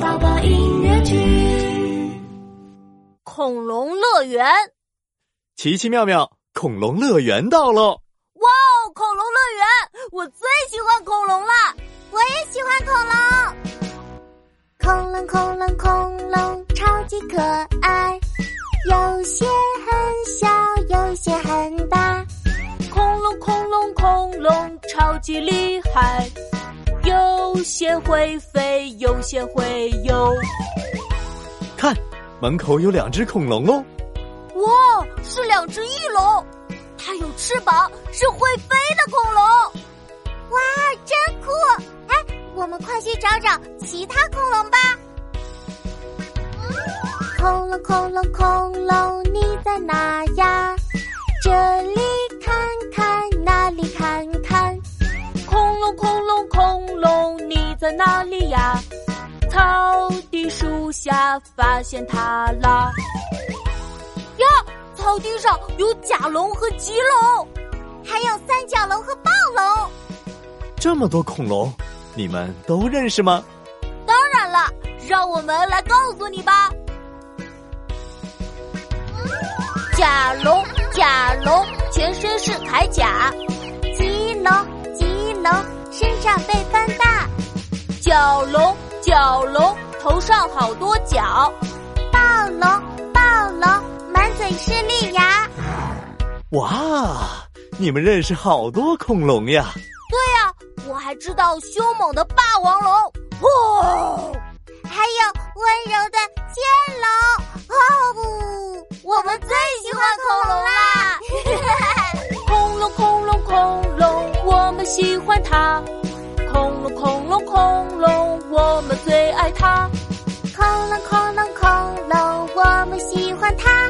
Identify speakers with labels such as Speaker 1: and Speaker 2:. Speaker 1: 宝宝音乐剧。
Speaker 2: 恐龙乐园哦，
Speaker 3: 奇奇妙妙恐龙乐园到喽！
Speaker 2: 恐龙乐园，我最喜欢恐龙啦！我也喜欢恐龙。
Speaker 1: 恐龙，恐龙，恐龙，超级可爱。有些很小，有些很大。
Speaker 2: 恐龙，恐龙，恐龙，超级厉害，有些会飞，有些会游。
Speaker 3: 看，门口有两只恐龙哦。
Speaker 2: 哇，是两只翼龙，它有翅膀，是会飞的恐龙。
Speaker 1: 哇，真酷！哎，我们快去找找其他恐龙吧。
Speaker 2: 嗯
Speaker 1: 恐龙，恐龙，恐龙，你在哪呀？这里看看，那里看看。
Speaker 2: 恐龙，恐龙，恐龙，你在哪里呀？草地树下发现它啦！呀，草地上有甲龙和棘龙，
Speaker 1: 还有三角龙和暴龙。
Speaker 3: 这么多恐龙，你们都认识吗？
Speaker 2: 当然了，让我们来告诉你吧。甲龙，甲龙，全身是铠甲；
Speaker 1: 棘龙，棘龙，身上被翻大。
Speaker 2: 角龙，角龙，头上好多角；
Speaker 1: 暴龙，暴龙，满嘴是利牙。
Speaker 3: 哇，你们认识好多恐龙呀！
Speaker 2: 我还知道凶猛的霸王龙。哦，
Speaker 1: 还有温柔的剑龙。哦，
Speaker 2: 我们最喜欢恐龙啦！ 恐龙，恐龙，恐龙，我们喜欢它。恐龙，恐龙，恐龙，我们最爱它。
Speaker 1: 恐龙，恐龙，恐龙，我们喜欢它。